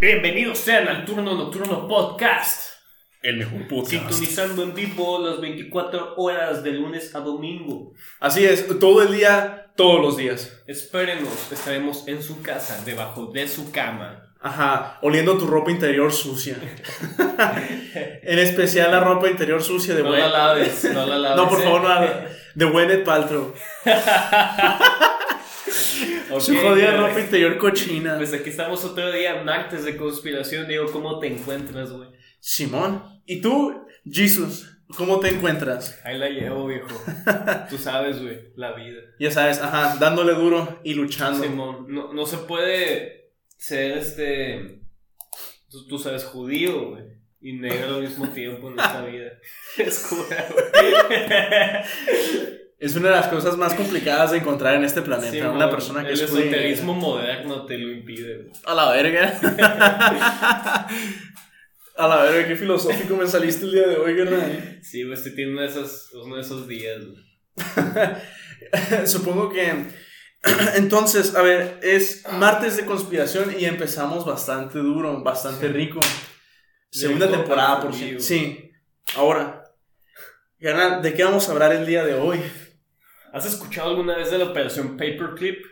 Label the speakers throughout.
Speaker 1: Bienvenidos sean al Turno Nocturno Podcast.
Speaker 2: El mejor podcast.
Speaker 1: Sintonizando en vivo las 24 horas de lunes a domingo.
Speaker 2: Así es, todo el día, todos los días.
Speaker 1: Espérenos, estaremos en su casa, debajo de su cama.
Speaker 2: Ajá, oliendo tu ropa interior sucia. en especial la ropa interior sucia de
Speaker 1: No la
Speaker 2: Gwyneth.
Speaker 1: laves, no la laves.
Speaker 2: No, por
Speaker 1: eh.
Speaker 2: favor, no. la- De Gwyneth Paltrow.
Speaker 1: Ok,
Speaker 2: Su jodida
Speaker 1: güey.
Speaker 2: ropa interior cochina.
Speaker 1: Pues aquí estamos otro día, martes de conspiración. Digo, ¿cómo te encuentras, güey?
Speaker 2: Simón. ¿Y tú, Jesus? ¿Cómo te encuentras?
Speaker 1: Ahí la llevo, viejo. Tú sabes, güey, la vida.
Speaker 2: Ya sabes, ajá, dándole duro y luchando.
Speaker 1: Simón, no, no se puede ser este. Tú, tú sabes, judío, güey. Y negro al mismo tiempo en esta vida. Es cura, güey.
Speaker 2: Es una de las cosas más complicadas de encontrar en este planeta.
Speaker 1: Sí,
Speaker 2: una
Speaker 1: güey,
Speaker 2: persona que
Speaker 1: El
Speaker 2: es judía.
Speaker 1: esoterismo moderno te lo impide, güey.
Speaker 2: A la verga. A la verga, qué filosófico me saliste el día de hoy, carnal.
Speaker 1: Sí, güey, este tiene uno de, esos, uno de esos días, güey.
Speaker 2: Supongo que. Entonces, a ver, es martes de conspiración y empezamos bastante duro, bastante rico. Segunda
Speaker 1: Rico,
Speaker 2: temporada, por
Speaker 1: rico.
Speaker 2: cierto. Sí. Ahora, carnal, ¿de qué vamos a hablar el día de hoy?
Speaker 1: ¿Has escuchado alguna vez de la operación Paperclip?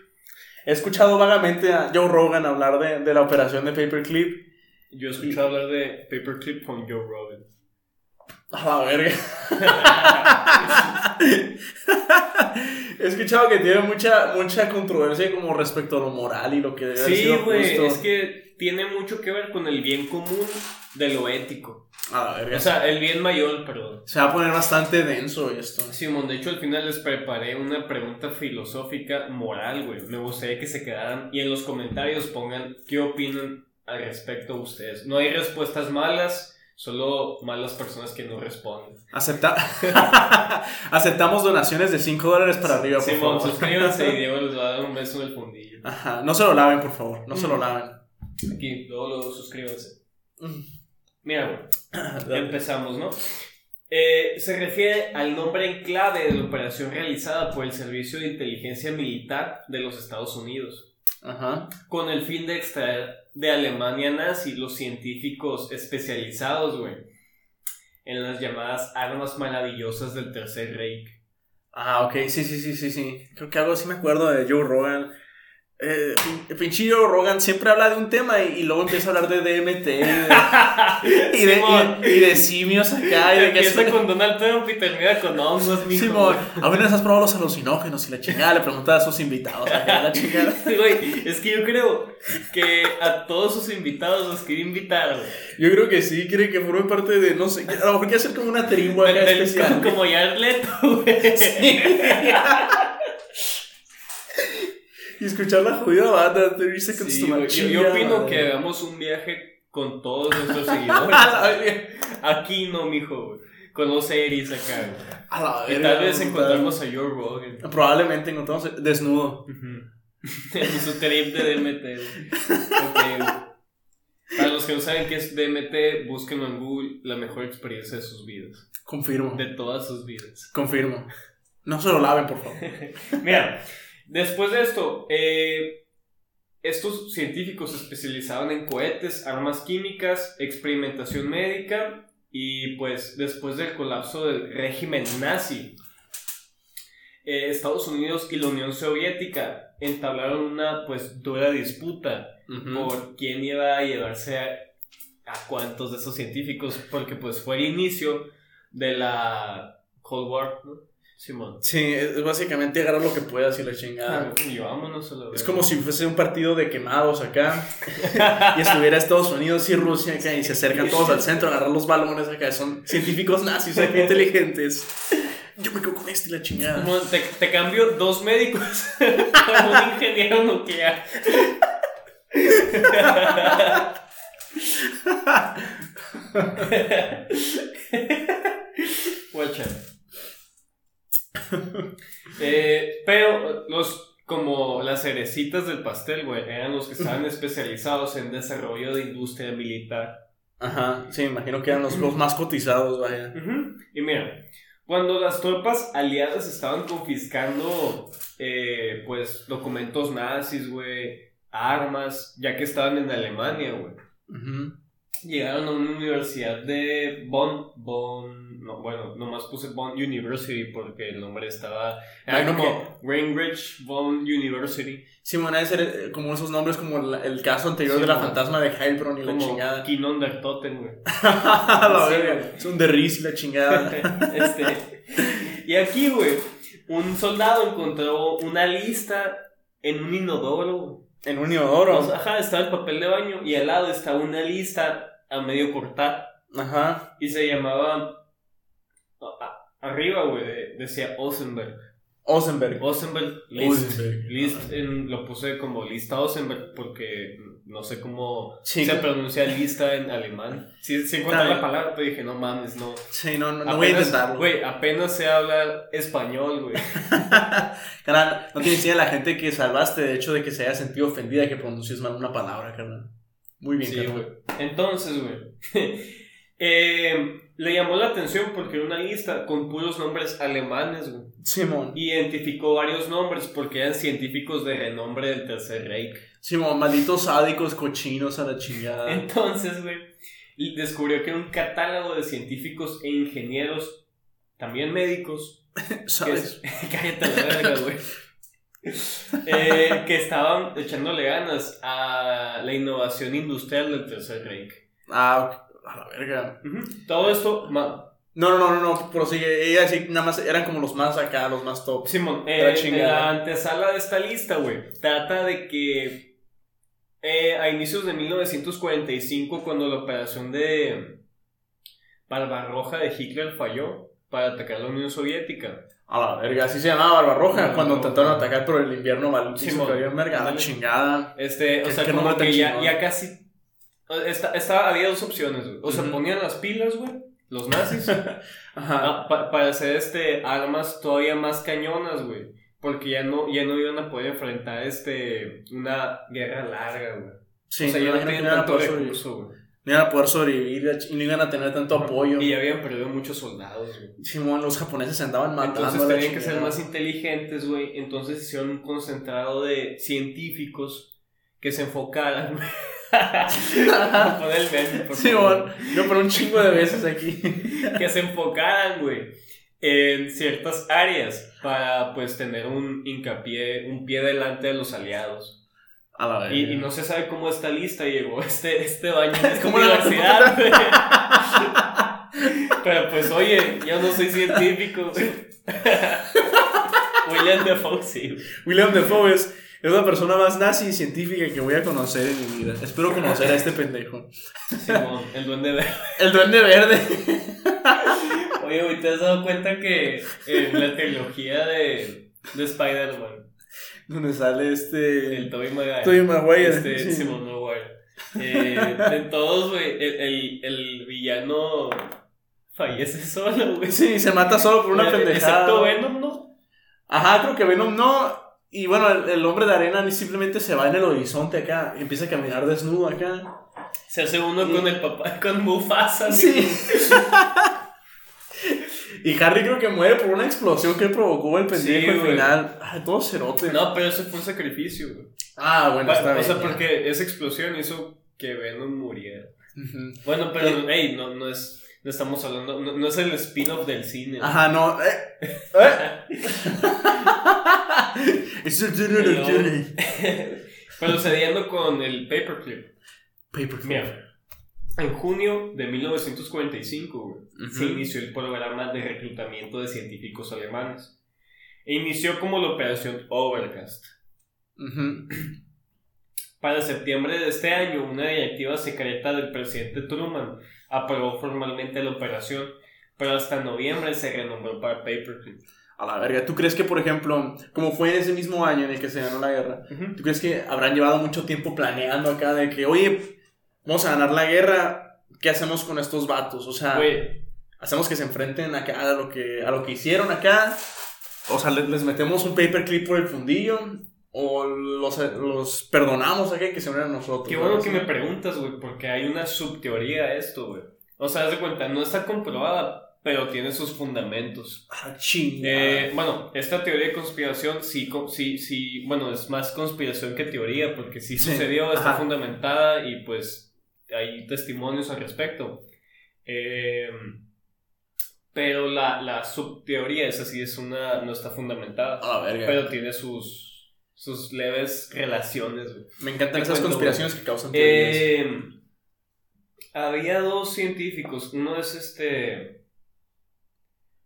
Speaker 2: He escuchado vagamente a Joe Rogan hablar de, de la operación de Paperclip.
Speaker 1: Yo he escuchado hablar de Paperclip con Joe Rogan.
Speaker 2: A la verga. He escuchado que tiene mucha, mucha controversia como respecto a lo moral y lo que debe haber
Speaker 1: Sí,
Speaker 2: sido
Speaker 1: güey,
Speaker 2: justo.
Speaker 1: es que tiene mucho que ver con el bien común de lo ético.
Speaker 2: A la verga.
Speaker 1: O sea, el bien mayor, perdón.
Speaker 2: se va a poner bastante denso esto.
Speaker 1: Simón, de hecho al final les preparé una pregunta filosófica moral, güey. Me gustaría que se quedaran y en los comentarios pongan qué opinan al respecto ustedes. No hay respuestas malas, solo malas personas que no responden.
Speaker 2: Acepta... Aceptamos donaciones de 5 dólares para arriba, por
Speaker 1: Simón,
Speaker 2: favor. Ah.
Speaker 1: suscríbanse y Diego les va a dar un beso en el fundillo.
Speaker 2: Ajá, no se lo laven, por favor. No se lo
Speaker 1: Mm.
Speaker 2: laven.
Speaker 1: Aquí, luego, luego suscríbanse. Mira, güey. Empezamos, ¿no? Eh, se refiere al nombre en clave de la operación realizada por el Servicio de Inteligencia Militar de los Estados Unidos,
Speaker 2: Ajá.
Speaker 1: con el fin de extraer de Alemania nazi los científicos especializados, güey, en las llamadas armas maravillosas del Tercer Reich.
Speaker 2: Ah, ok, sí, sí, sí, sí, sí. Creo que algo así me acuerdo de Joe Rogan. Eh, pin- pinche Joe Rogan siempre habla de un tema y, y luego empieza a hablar de DMT y de, y de-
Speaker 1: Simón,
Speaker 2: y- y de simios acá y de que
Speaker 1: empieza
Speaker 2: eso-
Speaker 1: con Donald Trump y termina con hongos, mijo.
Speaker 2: Simón, a ver, has probado los alucinógenos y la chingada, le preguntaba a sus invitados, acá, la chingada.
Speaker 1: Güey, es que yo creo que a todos sus invitados los quería invitar, güey.
Speaker 2: Yo creo que sí, cree que forme parte de, no sé, a lo mejor que hacer como una tribu
Speaker 1: Del-
Speaker 2: acá
Speaker 1: del-
Speaker 2: especial.
Speaker 1: Como ya el Leto, güey.
Speaker 2: y escuchar la jodida banda, 30 Seconds
Speaker 1: Sí,
Speaker 2: to
Speaker 1: güey,
Speaker 2: My
Speaker 1: yo, yo
Speaker 2: Chingada.
Speaker 1: opino que hagamos un viaje con todos nuestros
Speaker 2: A la
Speaker 1: seguidores.
Speaker 2: verga.
Speaker 1: Aquí no, mijo, güey. Con los Aries acá,
Speaker 2: A la
Speaker 1: güey. Y
Speaker 2: verga,
Speaker 1: tal vez
Speaker 2: brutal.
Speaker 1: encontramos a Joe Rogan.
Speaker 2: Probablemente encontramos desnudo.
Speaker 1: Ujú. En su trip de DMT, güey. Ok, güey. Para los que no saben qué es DMT, búsquenlo en Google, la mejor experiencia de sus vidas.
Speaker 2: Confirmo.
Speaker 1: De todas sus vidas.
Speaker 2: Confirmo. No se lo laven, por favor.
Speaker 1: Mira, después de esto, eh, estos científicos se especializaban en cohetes, armas químicas, experimentación médica y pues después del colapso del régimen nazi, eh, Estados Unidos y la Unión Soviética entablaron una pues dura disputa por quién iba a llevarse a, a cuántos de esos científicos, porque pues fue el inicio de la Cold War, ¿no? Simón.
Speaker 2: Sí, es básicamente agarrar lo que puedas y la chingada.
Speaker 1: Y vámonos a la
Speaker 2: Es
Speaker 1: verga.
Speaker 2: como si fuese un partido de quemados acá y estuviera Estados Unidos y Rusia acá y se acercan todos al centro a agarrar los balones acá. Son científicos nazis acá inteligentes. Yo me quedo con este y la chingada.
Speaker 1: Como te, te cambio dos médicos por un ingeniero nuclear. Guacha. Eh, pero los como las cerecitas del pastel, güey, eran los que estaban especializados en desarrollo de industria militar
Speaker 2: Ajá, sí, me imagino que eran los, los más cotizados, vaya.
Speaker 1: Ujú. Y mira, cuando las tropas aliadas estaban confiscando, eh, pues, documentos nazis, güey, armas, ya que estaban en Alemania, güey,
Speaker 2: Ujú.
Speaker 1: llegaron a una universidad de Bonn, Bonn, no, bueno, nomás puse Bonn University porque el nombre estaba, era
Speaker 2: Bueno,
Speaker 1: como Greenwich Bonn University,
Speaker 2: Sí, bueno, debe ser eh, como esos nombres, como el, el caso anterior
Speaker 1: Sí,
Speaker 2: de la
Speaker 1: como-
Speaker 2: fantasma de Heilbronn y la
Speaker 1: como
Speaker 2: chingada.
Speaker 1: Kinon der Toten, güey.
Speaker 2: La
Speaker 1: Sí,
Speaker 2: verga.
Speaker 1: güey.
Speaker 2: es un derris y la chingada.
Speaker 1: Este, y aquí, güey, un soldado encontró una lista en un inodoro.
Speaker 2: en un inodoro.
Speaker 1: O sea, ajá, estaba el papel de baño y al lado estaba una lista a medio cortar.
Speaker 2: Ajá.
Speaker 1: Y se llamaba. a- a- Arriba, güey, de- decía Osenberg.
Speaker 2: Osenberg.
Speaker 1: Osenberg List.
Speaker 2: Osenberg.
Speaker 1: List en- lo puse como lista Osenberg porque no sé cómo
Speaker 2: Sí,
Speaker 1: se pronuncia lista en alemán. Si, si encuentro
Speaker 2: Está
Speaker 1: la
Speaker 2: bien.
Speaker 1: palabra, pero dije, no mames, no.
Speaker 2: sí, no, no, no voy a
Speaker 1: Apenas-
Speaker 2: intentarlo.
Speaker 1: Güey, apenas sé hablar español, güey.
Speaker 2: Carnal, no tienes idea de la gente que salvaste, de hecho, de que se haya sentido ofendida que pronuncies mal una palabra, carnal. Muy bien,
Speaker 1: Sí,
Speaker 2: carnal.
Speaker 1: güey. Entonces, güey. eh, le llamó la atención porque era una lista con puros nombres alemanes, güey.
Speaker 2: Simón.
Speaker 1: Identificó varios nombres porque eran científicos de renombre del Tercer Reich.
Speaker 2: Simón, malditos sádicos, cochinos a la
Speaker 1: ¿Eh?
Speaker 2: chingada.
Speaker 1: Entonces, güey, y descubrió que era un catálogo de científicos e ingenieros, también médicos, que,
Speaker 2: ¿Sabes?
Speaker 1: cállate la verga, güey. Eh, que estaban echándole ganas a la innovación industrial del Tercer Reich.
Speaker 2: Ah, ok. a la verga.
Speaker 1: Ujú. Todo esto, ma-
Speaker 2: No, no, no, no, no, prosigue. Ella sí, nada más eran como los más acá, los más top.
Speaker 1: Simón, eh,
Speaker 2: la
Speaker 1: en
Speaker 2: chingada.
Speaker 1: la antesala de esta lista, güey, trata de que eh, a inicios de 1945, cuando la operación de Barbarroja de Hitler falló para atacar la Unión Soviética,
Speaker 2: A la verga, así se llamaba Barbarroja
Speaker 1: No,
Speaker 2: cuando
Speaker 1: no,
Speaker 2: intentaron
Speaker 1: no.
Speaker 2: atacar, pero el invierno maldizo
Speaker 1: Simón.
Speaker 2: que había en verga. A la
Speaker 1: Ándale.
Speaker 2: chingada.
Speaker 1: este, o
Speaker 2: Qué-
Speaker 1: sea,
Speaker 2: qué
Speaker 1: como
Speaker 2: nombre tan
Speaker 1: que ya,
Speaker 2: chingón.
Speaker 1: ya casi o- esta- estaba- había dos opciones, güey. o sea,
Speaker 2: Ujú.
Speaker 1: ponían las pilas, güey, los nazis,
Speaker 2: Ajá.
Speaker 1: Ah, pa- para hacer este armas todavía más cañonas, güey. Porque ya no, ya no iban a poder enfrentar este una guerra larga, güey.
Speaker 2: Sí,
Speaker 1: o sea,
Speaker 2: me
Speaker 1: ya no
Speaker 2: imagino que
Speaker 1: tenían
Speaker 2: no iban a
Speaker 1: tanto
Speaker 2: poder sobrevivir.
Speaker 1: recurso, güey.
Speaker 2: No iban a poder sobrevivir la ch- y no iban a tener tanto apoyo.
Speaker 1: Y ya habían perdido muchos soldados, güey.
Speaker 2: Simón, los japoneses se andaban matando.
Speaker 1: Entonces
Speaker 2: a la
Speaker 1: tenían que ser
Speaker 2: chingada.
Speaker 1: más inteligentes, güey. Entonces hicieron un concentrado de científicos que se enfocaran, güey. Pon el meme, por favor.
Speaker 2: Simón, yo por un chingo de veces aquí.
Speaker 1: que se enfocaran, güey, en ciertas áreas para, pues, tener un hincapié, un pie delante de los aliados.
Speaker 2: A la verga.
Speaker 1: Y, y no se sabe cómo esta lista llegó este, este baño de esta
Speaker 2: ¿Cómo la-
Speaker 1: universidad, güey. Pero, pues, oye, yo no soy científico, güey. William de Foxy.
Speaker 2: William Defoe es, es la persona más nazi y científica que voy a conocer en mi vida. Espero conocer a este pendejo.
Speaker 1: Simón, el duende verde.
Speaker 2: El duende verde.
Speaker 1: Oye, güey, ¿te has dado cuenta que en la trilogía de, de Spider-Man,
Speaker 2: Donde sale este...
Speaker 1: el Tobey Maguire...
Speaker 2: Tobey Maguire.
Speaker 1: Este,
Speaker 2: sí.
Speaker 1: Simón Maguire. Eh, de todos, güey, el, el, el villano fallece solo, güey.
Speaker 2: Sí, se mata solo por una pendejada.
Speaker 1: Excepto Venom, ¿no?
Speaker 2: Ajá, creo que Venom no. Y bueno, el, el hombre de arena ni simplemente se va en el horizonte acá. Empieza a caminar desnudo acá.
Speaker 1: Se hace uno con el papá, con Mufasa.
Speaker 2: Mm. Sí. y Harry creo que muere por una explosión que provocó el pendejo
Speaker 1: Sí,
Speaker 2: al
Speaker 1: güey.
Speaker 2: final. Ah, todo cerote.
Speaker 1: güey. No, pero ese fue un sacrificio, güey.
Speaker 2: Ah, bueno, está
Speaker 1: o
Speaker 2: bien.
Speaker 1: sea,
Speaker 2: ya.
Speaker 1: porque esa explosión hizo que Venom muriera.
Speaker 2: Ujú.
Speaker 1: Bueno, pero, hey, no, no es. No estamos hablando. No, no es el spin-off del cine.
Speaker 2: Ajá, no. eh, eh. Es el dinero del
Speaker 1: Hello.
Speaker 2: Johnny.
Speaker 1: Procediendo con el paperclip.
Speaker 2: Paperclip.
Speaker 1: Mira, en junio de 1945, güey,
Speaker 2: Ujú.
Speaker 1: se inició el programa de reclutamiento de científicos alemanes. E inició como la operación Overcast.
Speaker 2: Ujú.
Speaker 1: Para septiembre de este año, una directiva secreta del presidente Truman aprobó formalmente la operación, pero hasta noviembre se renombró para Paperclip.
Speaker 2: A la verga. ¿Tú crees que, por ejemplo, como fue en ese mismo año en el que se ganó la guerra,
Speaker 1: Ujú.
Speaker 2: ¿Tú crees que habrán llevado mucho tiempo planeando acá de que, oye, vamos a ganar la guerra, ¿qué hacemos con estos vatos? O sea,
Speaker 1: Ah, Güey,
Speaker 2: hacemos que se enfrenten acá a lo que, a lo que hicieron acá, o sea, le- les, metemos un paperclip por el fundillo, o los, los perdonamos acá que se unen a nosotros.
Speaker 1: Qué
Speaker 2: ¿no?
Speaker 1: bueno
Speaker 2: Así.
Speaker 1: que me preguntas, güey, porque hay una subteoría a esto, güey. O sea, haz de cuenta, no está comprobada, pero tiene sus fundamentos.
Speaker 2: Ah, chingada.
Speaker 1: Eh, bueno, esta teoría de conspiración sí, co- sí, sí, bueno, es más conspiración que teoría, porque sí
Speaker 2: Sí,
Speaker 1: sucedió, está
Speaker 2: ajá.
Speaker 1: fundamentada y pues hay testimonios al respecto. Eh, pero la, la subteoría, esa sí es una, no está fundamentada,
Speaker 2: a la verga.
Speaker 1: pero tiene sus, sus leves relaciones, güey.
Speaker 2: me encantan
Speaker 1: te
Speaker 2: esas
Speaker 1: cuento,
Speaker 2: conspiraciones que causan teorías.
Speaker 1: Eh, había dos científicos. Uno es este.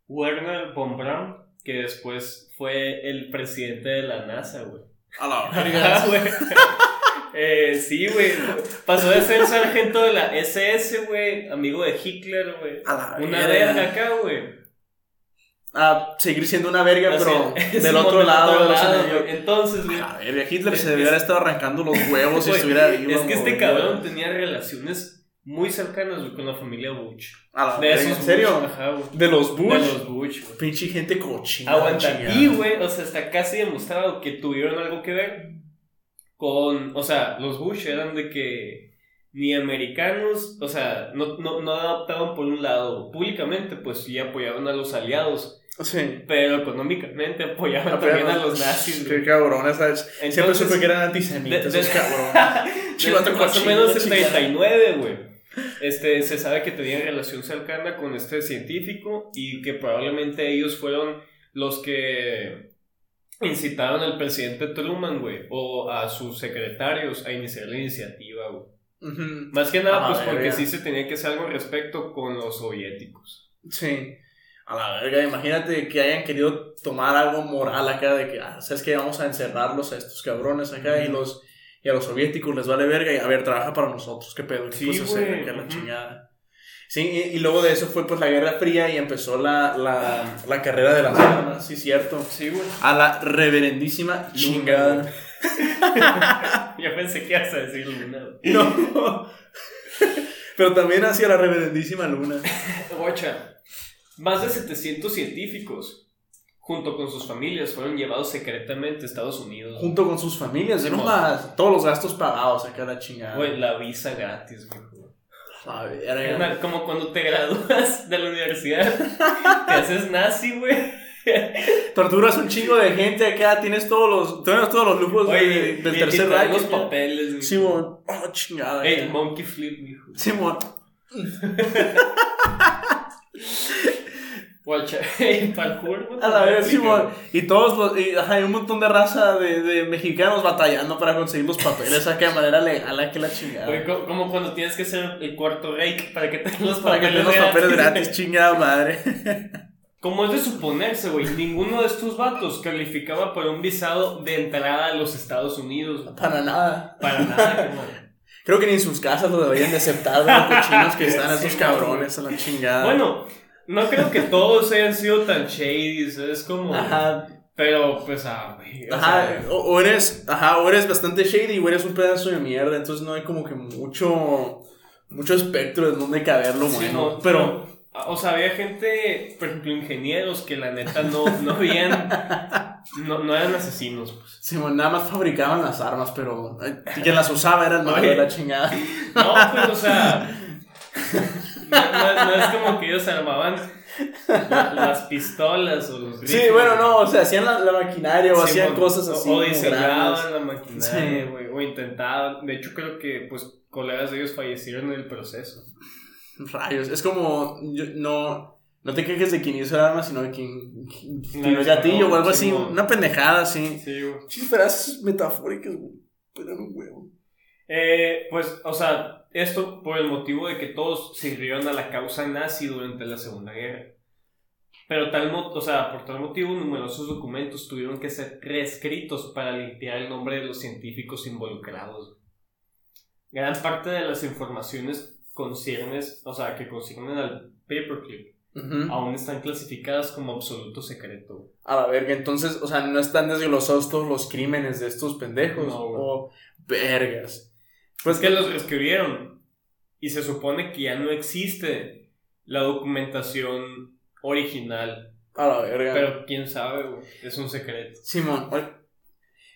Speaker 1: Werner von Braun, que después fue el presidente de la NASA, güey.
Speaker 2: A la
Speaker 1: Ah,
Speaker 2: verga.
Speaker 1: güey. Eh, sí, güey. Pasó de ser sargento de la SS, güey. Amigo de Hitler, güey.
Speaker 2: a la
Speaker 1: Una verga acá, güey.
Speaker 2: A seguir siendo una verga,
Speaker 1: Así,
Speaker 2: pero
Speaker 1: es
Speaker 2: del
Speaker 1: un
Speaker 2: otro
Speaker 1: momento
Speaker 2: lado.
Speaker 1: otro
Speaker 2: de los
Speaker 1: lado,
Speaker 2: enemigos.
Speaker 1: güey. Entonces, güey.
Speaker 2: A la verga, Hitler
Speaker 1: Es-
Speaker 2: se debiera estar arrancando los huevos si
Speaker 1: Güey,
Speaker 2: estuviera vivo.
Speaker 1: Es que este
Speaker 2: güey.
Speaker 1: cabrón tenía relaciones muy cercanas güey, con la familia Bush.
Speaker 2: A la
Speaker 1: De
Speaker 2: verga,
Speaker 1: esos
Speaker 2: ¿En serio?
Speaker 1: Bush, ajá, güey.
Speaker 2: De los Bush.
Speaker 1: De los Bush, güey.
Speaker 2: Pinche gente cochina.
Speaker 1: Aguanta.
Speaker 2: chingada.
Speaker 1: Y, güey, o sea, está casi demostrado que tuvieron algo que ver con. O sea, los Bush eran de que ni americanos, o sea, no, no, no adaptaban por un lado públicamente, pues sí apoyaban a los aliados,
Speaker 2: Sí.
Speaker 1: pero económicamente apoyaban también a los nazis,
Speaker 2: Qué
Speaker 1: güey.
Speaker 2: cabrones, ¿sabes? Siempre
Speaker 1: Entonces,
Speaker 2: supe que eran antisemitas
Speaker 1: de- de-
Speaker 2: esos cabrones. Chivato
Speaker 1: desde más o
Speaker 2: cochino,
Speaker 1: menos el
Speaker 2: chingada.
Speaker 1: 39, güey. Este, se sabe que tenían relación cercana con este científico y que probablemente ellos fueron los que incitaron al presidente Truman, güey, o a sus secretarios a iniciar la iniciativa, güey.
Speaker 2: Ujú.
Speaker 1: Más que nada,
Speaker 2: Ah,
Speaker 1: pues porque
Speaker 2: verga.
Speaker 1: sí se tenía que hacer algo al respecto con los soviéticos.
Speaker 2: Sí. A la verga, imagínate que hayan querido tomar algo moral acá de que, ah, sabes que vamos a encerrarlos a estos cabrones acá y los y a los soviéticos les vale verga y a ver, trabaja para nosotros, qué pedo, qué
Speaker 1: Sí,
Speaker 2: cosas hacer
Speaker 1: güey,
Speaker 2: acá, la
Speaker 1: ujú.
Speaker 2: chingada. Sí, y, y luego de eso fue pues la Guerra Fría y empezó la, la, la carrera de las armas, sí, cierto.
Speaker 1: Sí, güey.
Speaker 2: A la reverendísima chingada.
Speaker 1: Yo pensé que ibas a decir luna, güey.
Speaker 2: No. Pero también hacia la reverendísima luna.
Speaker 1: Guacha, más de 700 científicos, junto con sus familias, fueron llevados secretamente a Estados Unidos.
Speaker 2: Junto con sus familias,
Speaker 1: Sí,
Speaker 2: no
Speaker 1: mo.
Speaker 2: más. Todos los gastos pagados acá la chingada.
Speaker 1: Güey, la visa gratis, güey.
Speaker 2: A ver,
Speaker 1: Es
Speaker 2: eh.
Speaker 1: una- Como cuando te gradúas de la universidad, te haces nazi, güey.
Speaker 2: torturas un chingo de gente acá, tienes todos los, tienes todos los lujos de-
Speaker 1: Oye,
Speaker 2: Pues, del
Speaker 1: y
Speaker 2: tercer
Speaker 1: te traen
Speaker 2: rayo.
Speaker 1: los papeles, güey.
Speaker 2: Simón, oh chingada.
Speaker 1: Ey,
Speaker 2: acá.
Speaker 1: monkey flip, mijo.
Speaker 2: Simón,
Speaker 1: Guacha, ey, parkour, güey.
Speaker 2: a la vez, Simón. Y todos los, y, ajá, hay un montón de raza de, de mexicanos batallando para conseguir los papeles acá de manera legal, acá la chingada.
Speaker 1: Güey, co- como cuando tienes que hacer el cuarto rake para que te den los
Speaker 2: para que
Speaker 1: papeles
Speaker 2: tengan los papeles
Speaker 1: güey.
Speaker 2: gratis, chingada madre.
Speaker 1: Como es de suponerse, güey, ninguno de estos vatos calificaba para un visado de entrada a los Estados Unidos. güey.
Speaker 2: Para nada.
Speaker 1: Para nada, como-
Speaker 2: Creo que ni en sus casas lo deberían de aceptar, güey, los cochinos que están, esos
Speaker 1: Sí,
Speaker 2: cabrones, a la chingada.
Speaker 1: Bueno, no creo que todos hayan sido tan shady, es como...
Speaker 2: Ajá,
Speaker 1: Pero, pues, ah, güey. o
Speaker 2: ajá,
Speaker 1: sea,
Speaker 2: o, o eres, ajá, o eres bastante shady o eres un pedazo de mierda, entonces no hay como que mucho, mucho espectro en donde caber lo
Speaker 1: sí,
Speaker 2: bueno,
Speaker 1: no,
Speaker 2: pero,
Speaker 1: ah, O sea, había gente, por ejemplo, ingenieros que la neta no, no habían... No, no eran asesinos, pues.
Speaker 2: sí, bueno, nada más fabricaban las armas, pero eh, quien las usaba era el malo de la chingada,
Speaker 1: No, pues, o sea. No, no- no es como que ellos armaban la- las pistolas o los
Speaker 2: sí,
Speaker 1: rifles.
Speaker 2: bueno, no, o sea, hacían la, la maquinaria o
Speaker 1: Sí,
Speaker 2: hacían
Speaker 1: bueno,
Speaker 2: cosas
Speaker 1: o-
Speaker 2: así,
Speaker 1: O
Speaker 2: como grandes.
Speaker 1: diseñaban la maquinaria,
Speaker 2: Sí.
Speaker 1: güey, o intentaban. De hecho, creo que, pues, colegas de ellos fallecieron en el proceso.
Speaker 2: rayos, es como, yo- no... No te quejes de quien hizo el arma, sino de quien quien
Speaker 1: La
Speaker 2: tiró el gatillo
Speaker 1: disparó,
Speaker 2: o algo
Speaker 1: sí,
Speaker 2: así.
Speaker 1: no.
Speaker 2: Una pendejada así.
Speaker 1: Sí, güey.
Speaker 2: Chisperas metafóricas, güey. Pero un huevo.
Speaker 1: Eh, pues, o sea, esto por el motivo de que todos sirvieron a la causa nazi durante la Segunda Guerra. Pero tal, mo- o sea, por tal motivo, numerosos documentos tuvieron que ser reescritos para limpiar el nombre de los científicos involucrados. Gran parte de las informaciones conciernes, o sea, que conciernen al paperclip,
Speaker 2: Ujú.
Speaker 1: aún están clasificadas como absoluto secreto.
Speaker 2: A la verga, entonces, o sea, no están desglosados todos los crímenes de estos pendejos.
Speaker 1: No, güey.
Speaker 2: o vergas.
Speaker 1: Pues que los reescribieron y se supone que ya no existe la documentación original
Speaker 2: A la verga.
Speaker 1: Pero quién sabe, güey. Es un secreto.
Speaker 2: Simón, oye,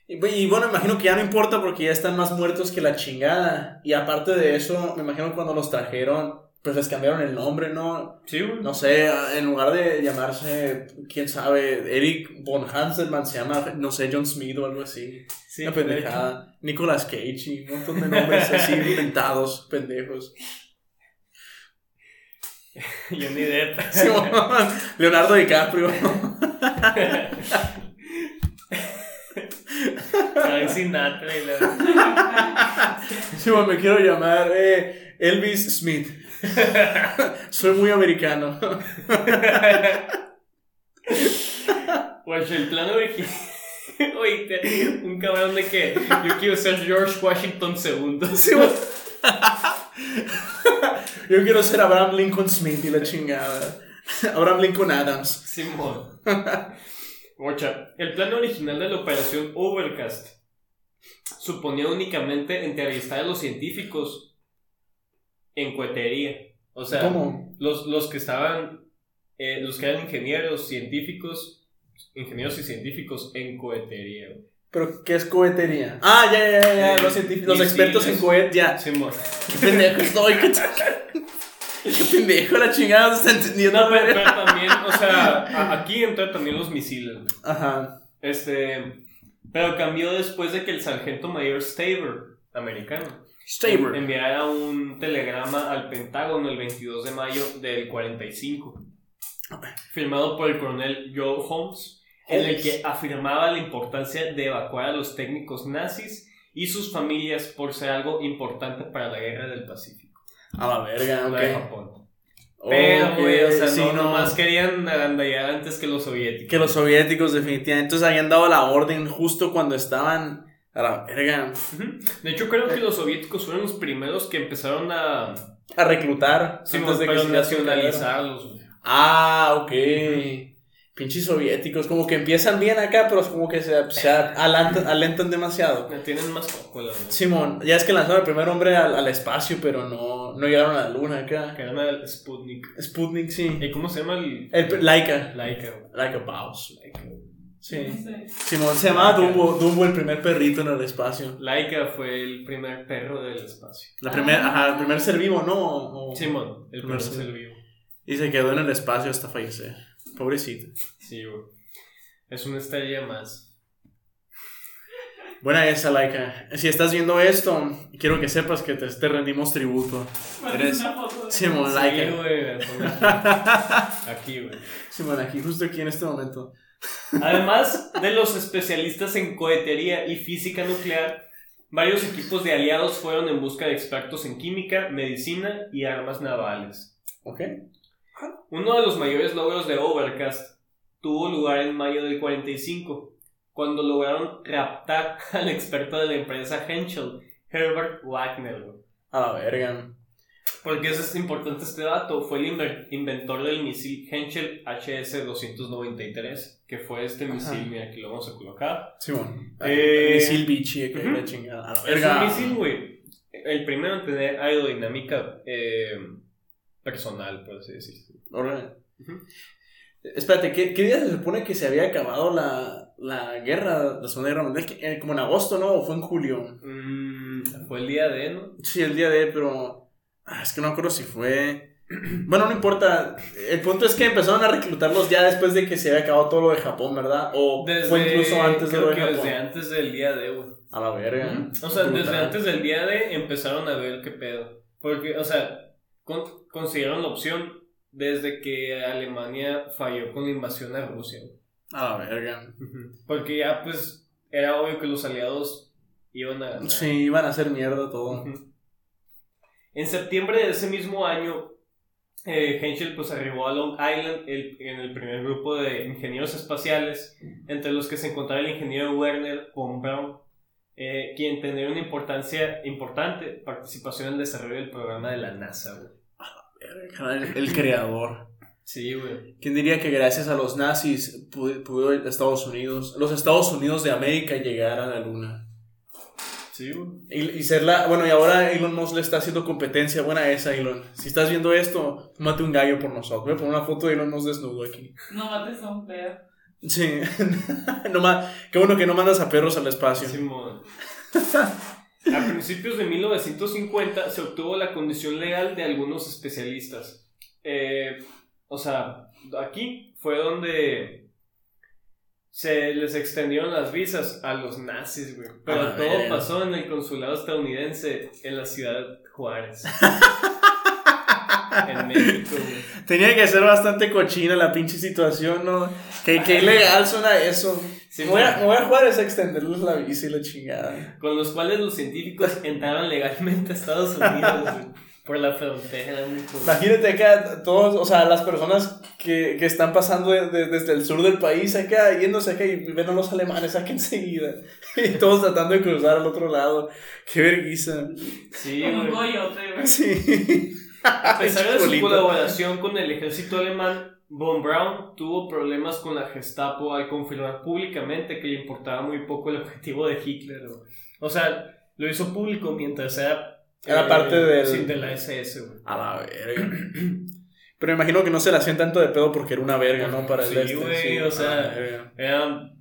Speaker 2: Y, bu- y bueno, imagino que ya no importa porque ya están más muertos que la chingada. Y aparte de eso, me imagino que cuando los trajeron, pues les cambiaron el nombre, ¿no?
Speaker 1: Sí, güey.
Speaker 2: No sé, en lugar de llamarse, quién sabe, Eric Von Hanselman, se llama, no sé, John Smith o algo así.
Speaker 1: Sí,
Speaker 2: Una
Speaker 1: de hecho.
Speaker 2: pendejada. Nicolas Cage y un montón de nombres así inventados, pendejos.
Speaker 1: Johnny Depp.
Speaker 2: Simón, Leonardo DiCaprio.
Speaker 1: Frank Sinatra y la...
Speaker 2: Simón, me quiero llamar eh, Elvis Smith. Soy muy americano.
Speaker 1: Pues el plan original. Oye, te- un cabrón de que yo quiero ser George Washington II.
Speaker 2: Simón. Yo quiero ser Abraham Lincoln Smith y la chingada. Abraham Lincoln Adams.
Speaker 1: Simón. Ocha, el plan original de la operación Overcast suponía únicamente entrevistar a los científicos en cohetería. O sea,
Speaker 2: ¿Cómo?
Speaker 1: los, los que estaban, eh, los que eran ingenieros, científicos, ingenieros y científicos en cohetería. güey.
Speaker 2: ¿Pero qué es cohetería? Ah, ya, ya, ya, ya,
Speaker 1: Eh,
Speaker 2: los científicos, los
Speaker 1: misiles.
Speaker 2: expertos en cohet, ya.
Speaker 1: Simón.
Speaker 2: Qué pendejo estoy, qué, qué pendejo la chingada, no está entendiendo.
Speaker 1: No, pero, pero también, o sea, a- aquí entran también los misiles. güey.
Speaker 2: Ajá.
Speaker 1: Este, pero cambió después de que el sargento mayor Staber, americano,
Speaker 2: Staber.
Speaker 1: enviara un telegrama al Pentágono el 22 de mayo del 45, firmado por el coronel Joe Holmes, en el que afirmaba la importancia de evacuar a los técnicos nazis y sus familias por ser algo importante para la guerra del Pacífico,
Speaker 2: A la verga,
Speaker 1: la de
Speaker 2: ok.
Speaker 1: Japón. Pero, güey, o sea,
Speaker 2: sí,
Speaker 1: no, nomás querían agandallar antes que los soviéticos.
Speaker 2: Que los soviéticos, definitivamente. Entonces habían dado la orden justo cuando estaban. A la verga.
Speaker 1: Ujú. De hecho, creo que los soviéticos fueron los primeros que empezaron a
Speaker 2: A reclutar.
Speaker 1: sí, pues,
Speaker 2: antes de que
Speaker 1: pero
Speaker 2: se
Speaker 1: nacionalizarlos. güey.
Speaker 2: Ah, ok. Pinches soviéticos, como que empiezan bien acá, pero es como que se, se alentan, alentan demasiado.
Speaker 1: Me Tienen más coco, la verdad.
Speaker 2: Simón, ya es que lanzaron el primer hombre al, al espacio, pero no, no llegaron a la luna acá.
Speaker 1: Que eran el Sputnik.
Speaker 2: Sputnik, sí.
Speaker 1: ¿Y cómo se llama el
Speaker 2: El, Laika.
Speaker 1: Laika? güey?
Speaker 2: Laika Paus.
Speaker 1: Laika.
Speaker 2: Sí. Simón se llamaba Dumbo, Dumbo, el primer perrito en el espacio.
Speaker 1: Laika fue el primer perro del espacio.
Speaker 2: La primer, ajá, el primer ser vivo, ¿no? O- o-
Speaker 1: Simón, el primer
Speaker 2: Marcelo.
Speaker 1: ser vivo.
Speaker 2: Y se quedó en el espacio hasta fallecer. Pobrecito.
Speaker 1: Sí, güey. Es una estrella más.
Speaker 2: Buena esa, Laika. Si estás viendo esto, quiero que sepas que te, te rendimos tributo. Eres Simón
Speaker 1: Sí,
Speaker 2: Laika.
Speaker 1: güey, la pongo Aquí, güey.
Speaker 2: Simón, aquí, justo aquí en este momento.
Speaker 1: Además de los especialistas en cohetería y física nuclear, varios equipos de aliados fueron en busca de expertos en química, medicina y armas navales.
Speaker 2: ¿Ok?
Speaker 1: Uno de los mayores logros de Overcast tuvo lugar en mayo del 45, cuando lograron raptar al experto de la empresa Henschel, Herbert Wagner. güey.
Speaker 2: A la verga.
Speaker 1: ¿Por qué es importante este dato? Fue el inver- inventor del misil Henschel HS-293, que fue este misil, mira, aquí lo vamos a colocar.
Speaker 2: Simón.
Speaker 1: Eh,
Speaker 2: misil bichi, que
Speaker 1: ujú.
Speaker 2: la chingada. A la
Speaker 1: Es
Speaker 2: verga.
Speaker 1: un misil, güey. El primero en tener aerodinámica eh, personal, por así decirlo.
Speaker 2: Órale. Eh,
Speaker 1: Ujú.
Speaker 2: Espérate, ¿qué, qué día se supone que se había acabado la, la guerra, la Segunda Guerra Mundial? Que- eh, Como en agosto, ¿no? ¿O fue en julio?
Speaker 1: Mm, fue el día de, ¿no?
Speaker 2: Sí, el día de, pero... ah, es que no me acuerdo si fue... Bueno, no importa. El punto es que empezaron a reclutarlos ya después de que se había acabado todo lo de Japón, ¿verdad? O fue incluso antes de
Speaker 1: creo
Speaker 2: lo de
Speaker 1: que
Speaker 2: Japón.
Speaker 1: desde antes del día de, güey.
Speaker 2: A la verga.
Speaker 1: O sea, desde
Speaker 2: Brutal.
Speaker 1: antes del día de empezaron a ver qué pedo. Porque, o sea, con- consideraron la opción desde que Alemania falló con la invasión a Rusia, güey.
Speaker 2: A la verga.
Speaker 1: Porque ya, pues, era obvio que los aliados iban a ganar.
Speaker 2: Sí, iban a hacer mierda todo.
Speaker 1: En septiembre de ese mismo año, eh, Henschel pues arribó a Long Island el- en el primer grupo de ingenieros espaciales, entre los que se encontraba el ingeniero Werner von Braun, eh, quien tendría una importancia importante participación en el desarrollo del programa de la NASA. güey.
Speaker 2: Verga, El, el creador.
Speaker 1: Sí, güey.
Speaker 2: ¿Quién diría que gracias a los nazis pudo, pudo Estados Unidos, los Estados Unidos de América llegar a la luna?
Speaker 1: Sí, güey.
Speaker 2: Y, y ser la, bueno, y ahora Elon Musk le está haciendo competencia buena esa, Elon. Si estás viendo esto, mate un gallo por nosotros. Voy a poner una foto de Elon Musk desnudo aquí.
Speaker 3: No mates a un pedo.
Speaker 2: Sí. no ma- Qué bueno que no mandas a perros al espacio.
Speaker 1: Simón. A principios de 1950 se obtuvo la condición legal de algunos especialistas. Eh, o sea, aquí fue donde se les extendieron las visas a los nazis, güey. Pero
Speaker 2: A la
Speaker 1: todo
Speaker 2: Ah, verga.
Speaker 1: pasó en el consulado estadounidense en la ciudad Juárez. en México, güey.
Speaker 2: Tenía que ser bastante cochina la pinche situación, ¿no? Que, que ilegal suena eso.
Speaker 1: Sí,
Speaker 2: me, voy a,
Speaker 1: man.
Speaker 2: me voy a jugar es a extenderles la bici y la chingada.
Speaker 1: Con los cuales los científicos entraron legalmente a Estados Unidos, güey, Por la frontera, güey.
Speaker 2: Imagínate acá, todos, o sea, las personas que, que están pasando de- de- desde el sur del país acá, yéndose acá y ven a los alemanes acá enseguida. Y todos tratando de cruzar al otro lado. Qué vergüenza.
Speaker 1: Sí,
Speaker 3: Como un
Speaker 1: güey.
Speaker 3: coyote, güey.
Speaker 2: Sí.
Speaker 1: A pesar de su
Speaker 2: Cholito.
Speaker 1: colaboración con el ejército alemán, Von Braun tuvo problemas con la Gestapo al confirmar públicamente que le importaba muy poco el objetivo de Hitler. güey. O sea, lo hizo público mientras era, eh,
Speaker 2: Era parte del-
Speaker 1: sí, de la SS. güey.
Speaker 2: A la verga. Pero me imagino que no se la hacían tanto de pedo porque era una verga, ¿no? Para el este,
Speaker 1: Sí, güey, o
Speaker 2: a la
Speaker 1: sea,
Speaker 2: verga.
Speaker 1: Era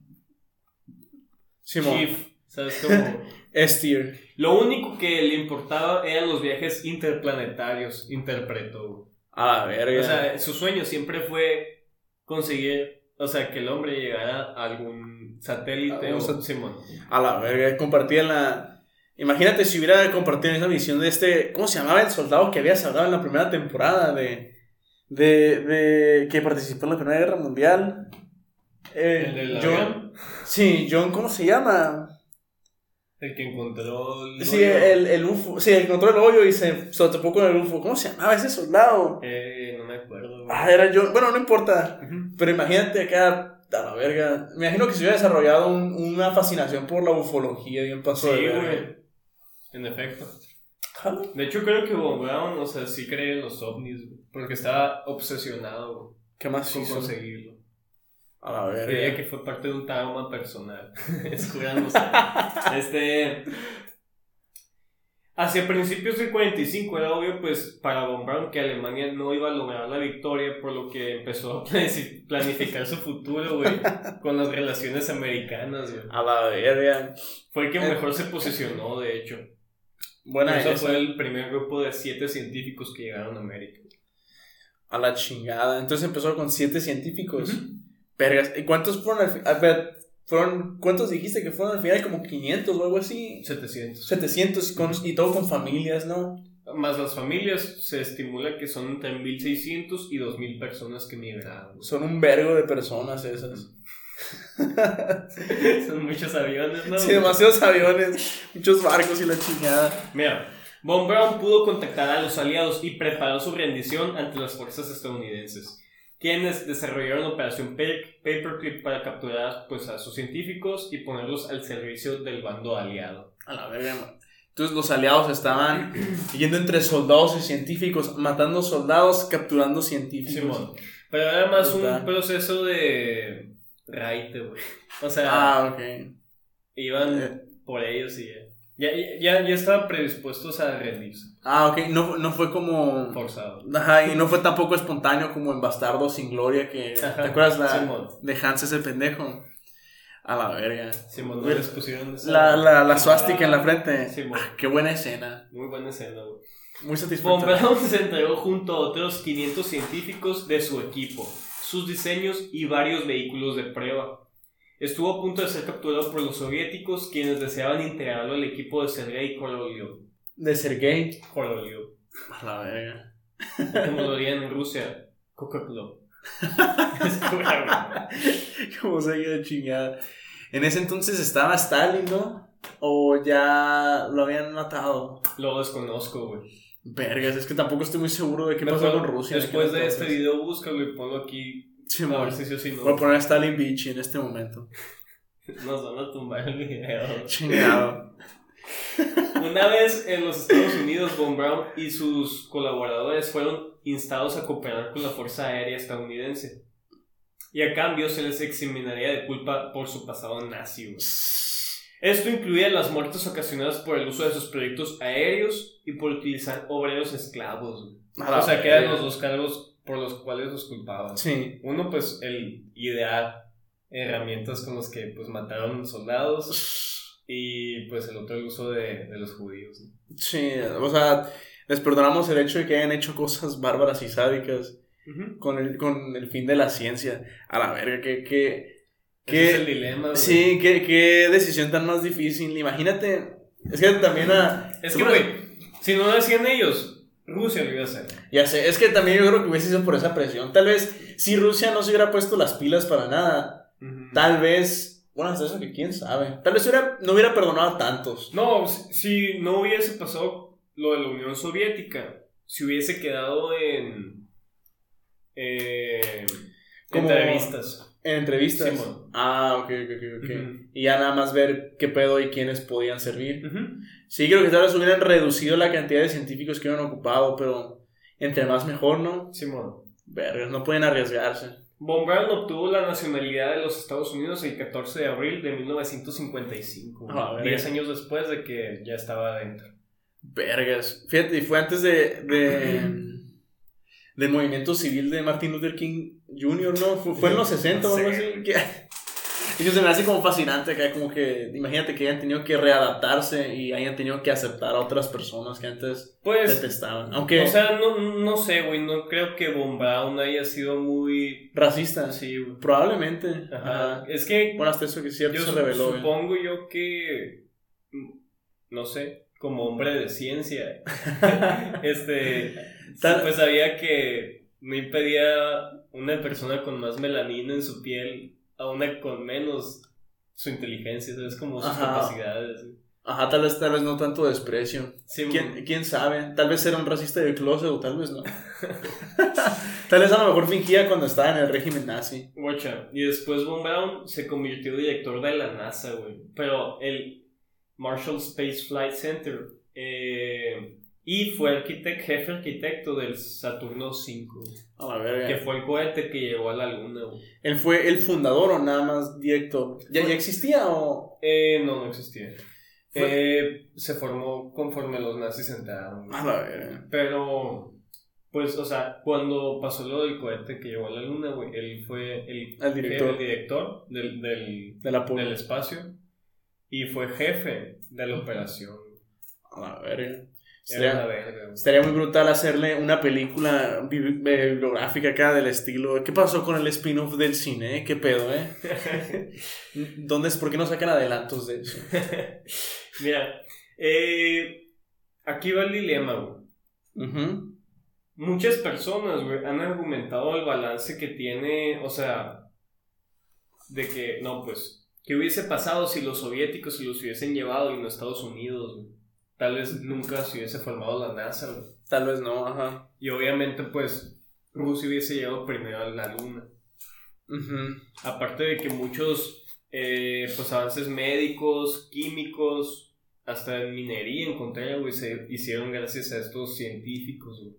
Speaker 2: Simón.
Speaker 1: chief, ¿sabes cómo?
Speaker 2: S tier.
Speaker 1: Lo único que le importaba eran los viajes interplanetarios, interpretó. güey.
Speaker 2: A la verga.
Speaker 1: O sea, su sueño siempre fue conseguir, o sea, que el hombre llegara a algún satélite
Speaker 2: A un
Speaker 1: o
Speaker 2: sat-
Speaker 1: Simón.
Speaker 2: A la verga, compartían la. Imagínate si hubiera compartido esa misión de este. ¿Cómo se llamaba el soldado que habías hablado en la primera temporada de. de. de- que participó en la Primera Guerra Mundial? Eh,
Speaker 1: ¿El del
Speaker 2: John.
Speaker 1: avión?
Speaker 2: Sí, John, ¿cómo se llama?
Speaker 1: El que encontró. el
Speaker 2: Sí,
Speaker 1: hoyo.
Speaker 2: el, el UFO. Sí, encontró el hoyo y se, se atopó con el UFO. ¿Cómo se llamaba ese soldado?
Speaker 1: Eh, no me acuerdo. güey.
Speaker 2: Ah, era John. Bueno, no importa.
Speaker 1: Ujú.
Speaker 2: Pero imagínate acá. A la verga. Me imagino que se hubiera desarrollado un- una fascinación por la ufología y un
Speaker 1: Sí,
Speaker 2: paso de. verga.
Speaker 1: güey. En efecto. De hecho, creo que Von Braun, o sea, sí cree en los ovnis, güey, Porque estaba obsesionado güey,
Speaker 2: ¿Qué más
Speaker 1: con
Speaker 2: hizo?
Speaker 1: conseguirlo.
Speaker 2: A la
Speaker 1: Creía
Speaker 2: verga.
Speaker 1: que fue parte de un trauma personal. es jurándose. este. Hacia principios del 45 era obvio, pues, para Von Braun que Alemania no iba a lograr la victoria, por lo que empezó a planifi- planificar su futuro, güey, con las relaciones americanas, güey.
Speaker 2: A la verga.
Speaker 1: Fue el que
Speaker 2: Eh.
Speaker 1: mejor se posicionó, de hecho.
Speaker 2: Buena
Speaker 1: Eso
Speaker 2: esa.
Speaker 1: fue el primer grupo de siete científicos que llegaron a América.
Speaker 2: A la chingada. Entonces empezó con siete científicos.
Speaker 1: Ujú.
Speaker 2: Vergas. ¿Y cuántos fueron al fi- A ver, fueron. ¿Cuántos dijiste que fueron al final? Como 500 o algo así.
Speaker 1: 700.
Speaker 2: 700 y, con- y todo con familias, ¿no?
Speaker 1: Más las familias, se estimula que son entre 1.600 y 2.000 personas que migraron.
Speaker 2: Son un vergo de personas esas.
Speaker 1: Son muchos aviones, ¿no?
Speaker 2: Sí, demasiados aviones, muchos barcos y la chingada.
Speaker 1: Mira, Von Braun pudo contactar a los aliados y preparó su rendición ante las fuerzas estadounidenses, quienes desarrollaron Operación Pe- Paperclip para capturar pues, a sus científicos y ponerlos al servicio del bando aliado.
Speaker 2: A la verga, man. Entonces los aliados estaban yendo entre soldados y científicos, matando soldados, capturando científicos.
Speaker 1: Simón. Pero era más un
Speaker 2: Brutal.
Speaker 1: proceso de raite, güey. O sea,
Speaker 2: Ah, ok.
Speaker 1: iban
Speaker 2: eh.
Speaker 1: por ellos y ya. Ya, ya, ya estaban predispuestos a rendirse,
Speaker 2: Ah, ok, no, fu- no fue como...
Speaker 1: forzados.
Speaker 2: Ajá, y no fue tampoco espontáneo como en Bastardo sin Gloria que... ¿Te
Speaker 1: Ajá,
Speaker 2: acuerdas la,
Speaker 1: Simón.
Speaker 2: de Hans ese pendejo? A la verga.
Speaker 1: Simón, no
Speaker 2: Güey,
Speaker 1: les pusieron esa-
Speaker 2: La, la, la suástica en la frente.
Speaker 1: Simón.
Speaker 2: Ah, qué buena escena.
Speaker 1: Muy buena escena, güey.
Speaker 2: Muy
Speaker 1: Von
Speaker 2: satisfactoria.
Speaker 1: Braun se entregó junto a otros 500 científicos de su equipo, sus diseños y varios vehículos de prueba. Estuvo a punto de ser capturado por los soviéticos, quienes deseaban integrarlo al equipo de Sergei Korolev.
Speaker 2: De Sergei.
Speaker 1: Korolev,
Speaker 2: A la verga.
Speaker 1: como lo dirían en Rusia, Coca-Cola. Es pura, güey.
Speaker 2: Como se de chingada. En ese entonces estaba Stalin, ¿no? O ya lo habían matado.
Speaker 1: Lo desconozco, güey.
Speaker 2: Vergas, es que tampoco estoy muy seguro de qué
Speaker 1: Me
Speaker 2: pasó
Speaker 1: acuerdo-
Speaker 2: con Rusia. en
Speaker 1: Después
Speaker 2: aquel
Speaker 1: de este
Speaker 2: entonces.
Speaker 1: video, búscalo y ponlo aquí.
Speaker 2: Simón.
Speaker 1: A ver si sí o si no.
Speaker 2: Voy a poner a Stalin Beach en este momento.
Speaker 1: Nos van a tumbar el video.
Speaker 2: Chingado.
Speaker 1: Una vez en los Estados Unidos, Von Braun y sus colaboradores fueron instados a cooperar con la Fuerza Aérea estadounidense. Y a cambio se les examinaría de culpa por su pasado nazi. güey. Esto incluía las muertes ocasionadas por el uso de sus proyectos aéreos y por utilizar obreros esclavos. güey. O sea, que eran los dos cargos por los cuales los culpaban.
Speaker 2: Sí.
Speaker 1: Uno, pues, el idear herramientas con las que pues mataron soldados y pues el otro el uso de, de los judíos. ¿no?
Speaker 2: Sí, o sea, les perdonamos el hecho de que hayan hecho cosas bárbaras y sádicas con el, con el fin de la ciencia. A la verga, que... que
Speaker 1: Ese es el dilema. güey.
Speaker 2: Sí, qué, qué decisión tan más difícil. Imagínate. Es que también ah, a.
Speaker 1: Es que, güey, si no lo hacían ellos, Rusia lo iba a hacer.
Speaker 2: Ya sé, es que también yo creo que hubiese sido por esa presión. Tal vez si Rusia no se hubiera puesto las pilas para nada, tal vez. Bueno, hasta eso que quién sabe. Tal vez hubiera- no hubiera perdonado a tantos.
Speaker 1: No, si si no hubiese pasado lo de la Unión Soviética, si hubiese quedado en. eh,
Speaker 2: Como-
Speaker 1: entrevistas.
Speaker 2: En entrevistas.
Speaker 1: Simón.
Speaker 2: ah, ok, ok, ok. ok.
Speaker 1: Ujú.
Speaker 2: Y ya nada más ver qué pedo y quiénes podían servir.
Speaker 1: Ujú.
Speaker 2: Sí, creo que tal vez hubieran reducido la cantidad de científicos que hubieran ocupado, pero entre más mejor, ¿no?
Speaker 1: Simón.
Speaker 2: Vergas, no pueden arriesgarse.
Speaker 1: Von Braun obtuvo la nacionalidad de los Estados Unidos el 14 de abril de 1955,
Speaker 2: Ah, verga.
Speaker 1: 10 años después de que ya estaba adentro.
Speaker 2: Vergas. Fíjate, y fue antes de, de del movimiento civil de Martin Luther King Jr., ¿no? Fue, fue en los 60 o algo
Speaker 1: No sé.
Speaker 2: así. que- Eso se me hace como fascinante acá, como que imagínate que hayan tenido que readaptarse y hayan tenido que aceptar a otras personas que antes
Speaker 1: Pues,
Speaker 2: detestaban. Aunque
Speaker 1: o sea, no, no sé, güey, no creo que Von Braun haya sido muy...
Speaker 2: racistas,
Speaker 1: así, güey.
Speaker 2: probablemente.
Speaker 1: Ajá.
Speaker 2: Ajá.
Speaker 1: Es que
Speaker 2: Bueno, hasta eso que es cierto
Speaker 1: yo
Speaker 2: se
Speaker 1: su-
Speaker 2: reveló. eh. güey.
Speaker 1: supongo yo que, mm, no sé, como hombre de ciencia, este,
Speaker 2: Tal-
Speaker 1: pues sabía que no impedía una persona con más melanina en su piel a una con menos su inteligencia, ¿sabes? Como sus
Speaker 2: Ajá.
Speaker 1: capacidades.
Speaker 2: Ajá, tal vez, tal vez no tanto desprecio.
Speaker 1: Sí,
Speaker 2: ¿Quién, quién sabe? Tal vez era un racista de closet o tal vez no. tal vez a lo mejor fingía cuando estaba en el régimen nazi.
Speaker 1: mm, guacha. Y después Von Braun se convirtió en director de la NASA, güey. Pero el Marshall Space Flight Center. eh, y fue arquitect- jefe arquitecto del Saturno 5.
Speaker 2: A la verga.
Speaker 1: Que fue el cohete que llegó a la luna, güey.
Speaker 2: ¿Él fue el fundador o nada más director? ¿Ya, ya existía o...?
Speaker 1: Eh, no, no existía. Eh, se formó conforme los nazis entraron. güey.
Speaker 2: A la verga.
Speaker 1: Pero, pues, o sea, cuando pasó lo del cohete que llegó a la luna, güey, él fue el,
Speaker 2: El
Speaker 1: el
Speaker 2: director
Speaker 1: director del, del,
Speaker 2: de la pol-
Speaker 1: del espacio y fue jefe de la operación.
Speaker 2: A la verga.
Speaker 1: Era una
Speaker 2: Estaría,
Speaker 1: verga, güey.
Speaker 2: estaría muy brutal hacerle una película bi- bi- bibliográfica acá del estilo... ¿Qué pasó con el spin-off del cine? eh? ¿Qué pedo, eh? ¿Dónde es? ¿Por qué no sacan adelantos de eso?
Speaker 1: Mira, eh, aquí va el dilema, güey.
Speaker 2: Ujú.
Speaker 1: Muchas personas, güey, han argumentado el balance que tiene, o sea, de que, no, pues, ¿qué hubiese pasado si los soviéticos se los hubiesen llevado y no Estados Unidos, güey? Tal vez nunca se hubiese formado la NASA, güey.
Speaker 2: Tal vez no, ajá.
Speaker 1: Y obviamente, pues, Rusia hubiese llegado primero a la Luna.
Speaker 2: Ujú.
Speaker 1: Aparte de que muchos, eh, pues, avances médicos, químicos, hasta en minería, en contrario, güey, se hicieron gracias a estos científicos, güey.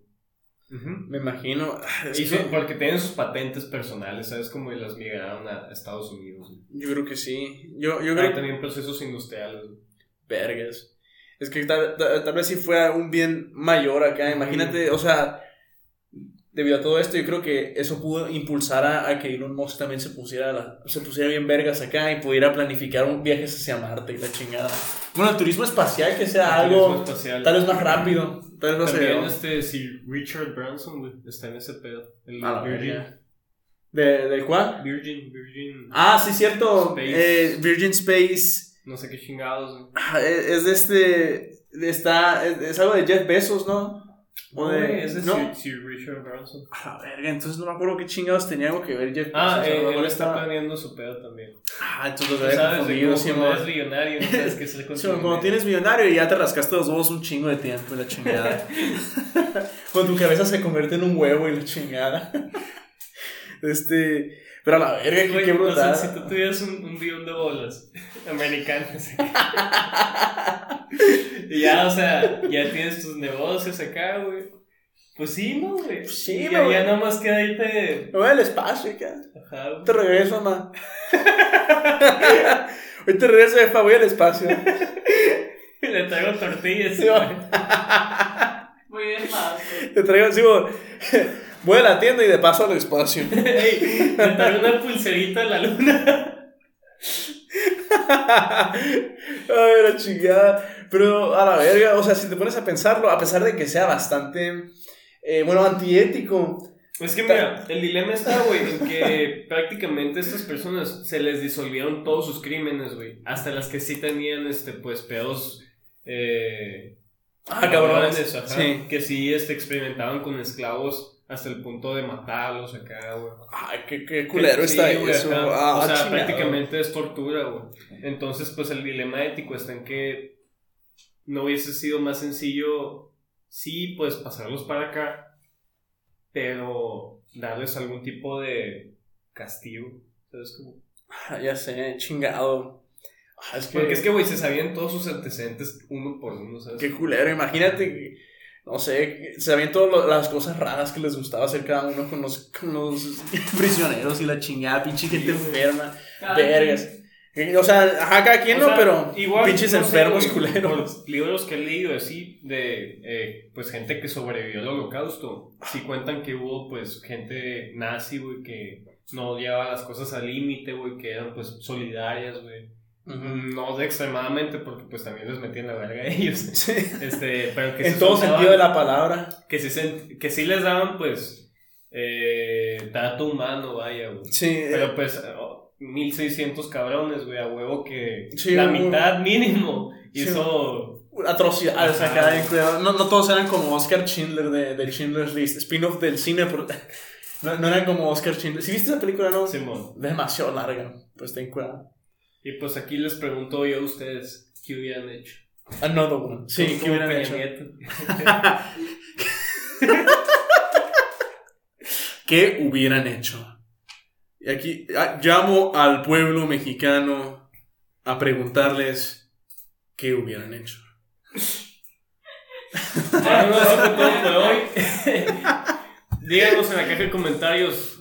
Speaker 1: Ujú.
Speaker 2: Me imagino. es
Speaker 1: Y
Speaker 2: que-
Speaker 1: sí, porque tienen sus patentes personales, ¿sabes? Como y las migraron a Estados Unidos. güey.
Speaker 2: Yo creo que sí. Yo, yo creo
Speaker 1: Hay
Speaker 2: que.
Speaker 1: Ah, también procesos industriales. güey.
Speaker 2: Vergas. Es que tal, tal- tal vez si fuera un bien mayor acá. Imagínate, o sea. Debido a todo esto, yo creo que eso pudo impulsar a, a que Elon Musk también se pusiera, la- se pusiera bien vergas acá y pudiera planificar un viaje hacia Marte y la chingada. Bueno, el turismo espacial que sea
Speaker 1: Turismo
Speaker 2: algo
Speaker 1: espacial.
Speaker 2: tal vez más rápido, tal vez más
Speaker 1: También
Speaker 2: acelerado.
Speaker 1: este, si Richard Branson güey, está en ese pedo. El
Speaker 2: A la
Speaker 1: Virgin,
Speaker 2: verga. ¿De, ¿Del cual?
Speaker 1: Virgin, Virgin,
Speaker 2: Ah, sí, cierto.
Speaker 1: Space.
Speaker 2: Eh, Virgin Space.
Speaker 1: no sé qué chingados. güey.
Speaker 2: Ah, Es es de este. de Está. Es, es algo de Jeff Bezos, ¿no? O de-
Speaker 1: No, güey, ese es
Speaker 2: ¿no?
Speaker 1: Sir- Sir Richard Branson.
Speaker 2: A la verga, entonces no me acuerdo qué chingados tenía algo que ver Jeff
Speaker 1: Ah,
Speaker 2: Bezos. a lo
Speaker 1: eh,
Speaker 2: mejor
Speaker 1: él está
Speaker 2: estaba-
Speaker 1: planeando su pedo también.
Speaker 2: Ah, entonces
Speaker 1: Tú
Speaker 2: lo había
Speaker 1: sabes, de
Speaker 2: confundido,
Speaker 1: cómo
Speaker 2: sí,
Speaker 1: cuando
Speaker 2: amor.
Speaker 1: eres millonario, no sabes qué hacer con
Speaker 2: Sí,
Speaker 1: tu
Speaker 2: amor,
Speaker 1: dinero.
Speaker 2: cuando tienes millonario ya te rascaste los huevos un chingo de tiempo y la chingada. cuando tu cabeza se convierte en un huevo y la chingada. este. Pero a la verga, qué,
Speaker 1: Güey,
Speaker 2: qué
Speaker 1: o
Speaker 2: brutal.
Speaker 1: sea, si tú tuvieras un, un guión de bolas americanas y ya, o sea, ya tienes tus negocios acá, güey. Pues sí, no, güey.
Speaker 2: Sí,
Speaker 1: Y
Speaker 2: no,
Speaker 1: ya,
Speaker 2: güey.
Speaker 1: ya nada más queda irte.
Speaker 2: Me voy al espacio, acá.
Speaker 1: Ajá, güey.
Speaker 2: Te regreso, mamá. Hoy te regreso, jefa, voy al espacio.
Speaker 1: Le traigo tortillas.
Speaker 2: Sí,
Speaker 1: güey.
Speaker 2: va.
Speaker 3: Voy a ir más.
Speaker 2: Te traigo, sí, bo. Voy a la tienda y de paso al espacio.
Speaker 3: Ey, me trae una pulserita a la luna.
Speaker 2: Ay, la chingada. Pero a la verga, o sea, si te pones a pensarlo, a pesar de que sea bastante, eh, bueno, antiético.
Speaker 1: Es que mira, el dilema está, güey, en que prácticamente a estas personas se les disolvieron todos sus crímenes, güey. Hasta las que sí tenían, este, pues, pedos. Eh,
Speaker 2: Ah, cabrón.
Speaker 1: cabrones, ajá,
Speaker 2: Sí.
Speaker 1: Que sí este, experimentaban con esclavos hasta el punto de matarlos acá, güey.
Speaker 2: Ay, qué, qué culero
Speaker 1: Sí,
Speaker 2: está
Speaker 1: güey,
Speaker 2: eso.
Speaker 1: ajá.
Speaker 2: Ah,
Speaker 1: o sea,
Speaker 2: chingado.
Speaker 1: prácticamente es tortura, güey. Entonces, pues el dilema ético está en que no hubiese sido más sencillo, sí, pues pasarlos para acá, pero darles algún tipo de castigo. ¿sabes cómo?
Speaker 2: Ah, Ya sé, chingado. Ah, es que,
Speaker 1: Porque es que, güey, se sabían todos sus antecedentes uno por uno, ¿sabes?
Speaker 2: qué culero. Imagínate, que, no sé, que sabían todas las cosas raras que les gustaba hacer cada uno con los, con los prisioneros y la chingada, pinche gente
Speaker 1: güey.
Speaker 2: enferma.
Speaker 3: Cada
Speaker 2: Vergas. O sea, ajá, cada quien
Speaker 1: O
Speaker 2: no,
Speaker 1: sea,
Speaker 2: pero
Speaker 1: igual,
Speaker 2: pinches
Speaker 1: no sé,
Speaker 2: enfermos
Speaker 1: güey,
Speaker 2: culeros.
Speaker 1: Por libros que he leído así de eh, pues gente que sobrevivió al holocausto. Sí cuentan que hubo pues gente nazi, güey, que no llevaba las cosas al límite, güey, que eran pues solidarias, güey.
Speaker 2: Ujú.
Speaker 1: No de extremadamente porque pues también les metían la verga a ellos.
Speaker 2: Sí.
Speaker 1: Este, pero que sí
Speaker 2: En todo
Speaker 1: soltaban-
Speaker 2: sentido de la palabra.
Speaker 1: que sí, se- que sí les daban pues eh, trato humano, vaya, güey.
Speaker 2: Sí. eh,
Speaker 1: Pero pues, oh, 1600 cabrones, güey, a huevo que
Speaker 2: Sí,
Speaker 1: la
Speaker 2: güey.
Speaker 1: mitad mínimo
Speaker 2: Sí.
Speaker 1: hizo.
Speaker 2: atrocidad, o sea,
Speaker 1: Ajá.
Speaker 2: cada vez cuidado. No, no todos eran como Oscar Schindler de, de Schindler's List, spin-off del cine. por- No, no eran como Oscar Schindler. ¿Sí viste esa película, no?
Speaker 1: Simón.
Speaker 2: Demasiado larga. Pues ten cuidado.
Speaker 1: Y pues aquí les pregunto yo a ustedes qué hubieran hecho.
Speaker 2: Another one. Sí,
Speaker 1: Como
Speaker 2: ¿qué hubieran
Speaker 1: Peña
Speaker 2: hecho?
Speaker 1: Nieto.
Speaker 2: ¿Qué hubieran hecho? Y aquí ah, llamo al pueblo mexicano a preguntarles qué hubieran hecho.
Speaker 1: Bueno, eso fue todo por hoy. Díganos en la caja de comentarios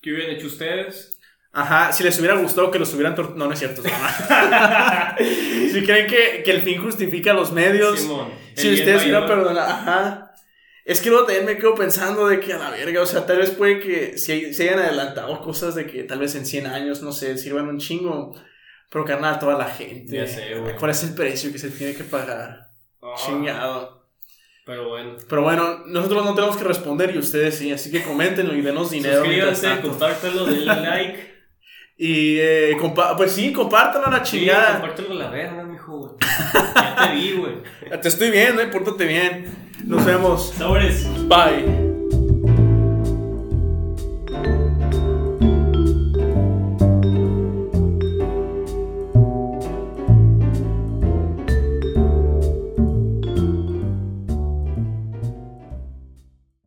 Speaker 1: qué hubieran hecho ustedes.
Speaker 2: Ajá, si les hubiera gustado que los hubieran tor- No, no es cierto. es broma. si creen que, que el fin justifica los medios.
Speaker 1: Simón. el
Speaker 2: si
Speaker 1: bien
Speaker 2: ustedes hubieran
Speaker 1: mayor.
Speaker 2: perdonado. Ajá. Es que luego también me quedo pensando de que a la verga, o sea, tal vez puede que si se hayan adelantado cosas de que tal vez en 100 años, no sé, sirvan un chingo. Pero carnal, toda la gente.
Speaker 1: Ya sé, güey.
Speaker 2: ¿Cuál es el precio que se tiene que pagar?
Speaker 1: Ah,
Speaker 2: Chingado.
Speaker 1: Pero bueno.
Speaker 2: Pero bueno, nosotros no tenemos que responder y ustedes sí, así que coméntenlo y denos dinero. mientras
Speaker 1: Suscríbanse,
Speaker 2: tanto.
Speaker 1: compártanlo, denle like.
Speaker 2: Y eh, compa- pues sí, compártanlo a la
Speaker 1: Sí,
Speaker 2: chingada.
Speaker 1: compártanlo a la verga, mijo, güey. Ya te vi, güey.
Speaker 2: Te estoy viendo, eh, pórtate bien. Nos vemos.
Speaker 1: Sobres.
Speaker 2: Bye.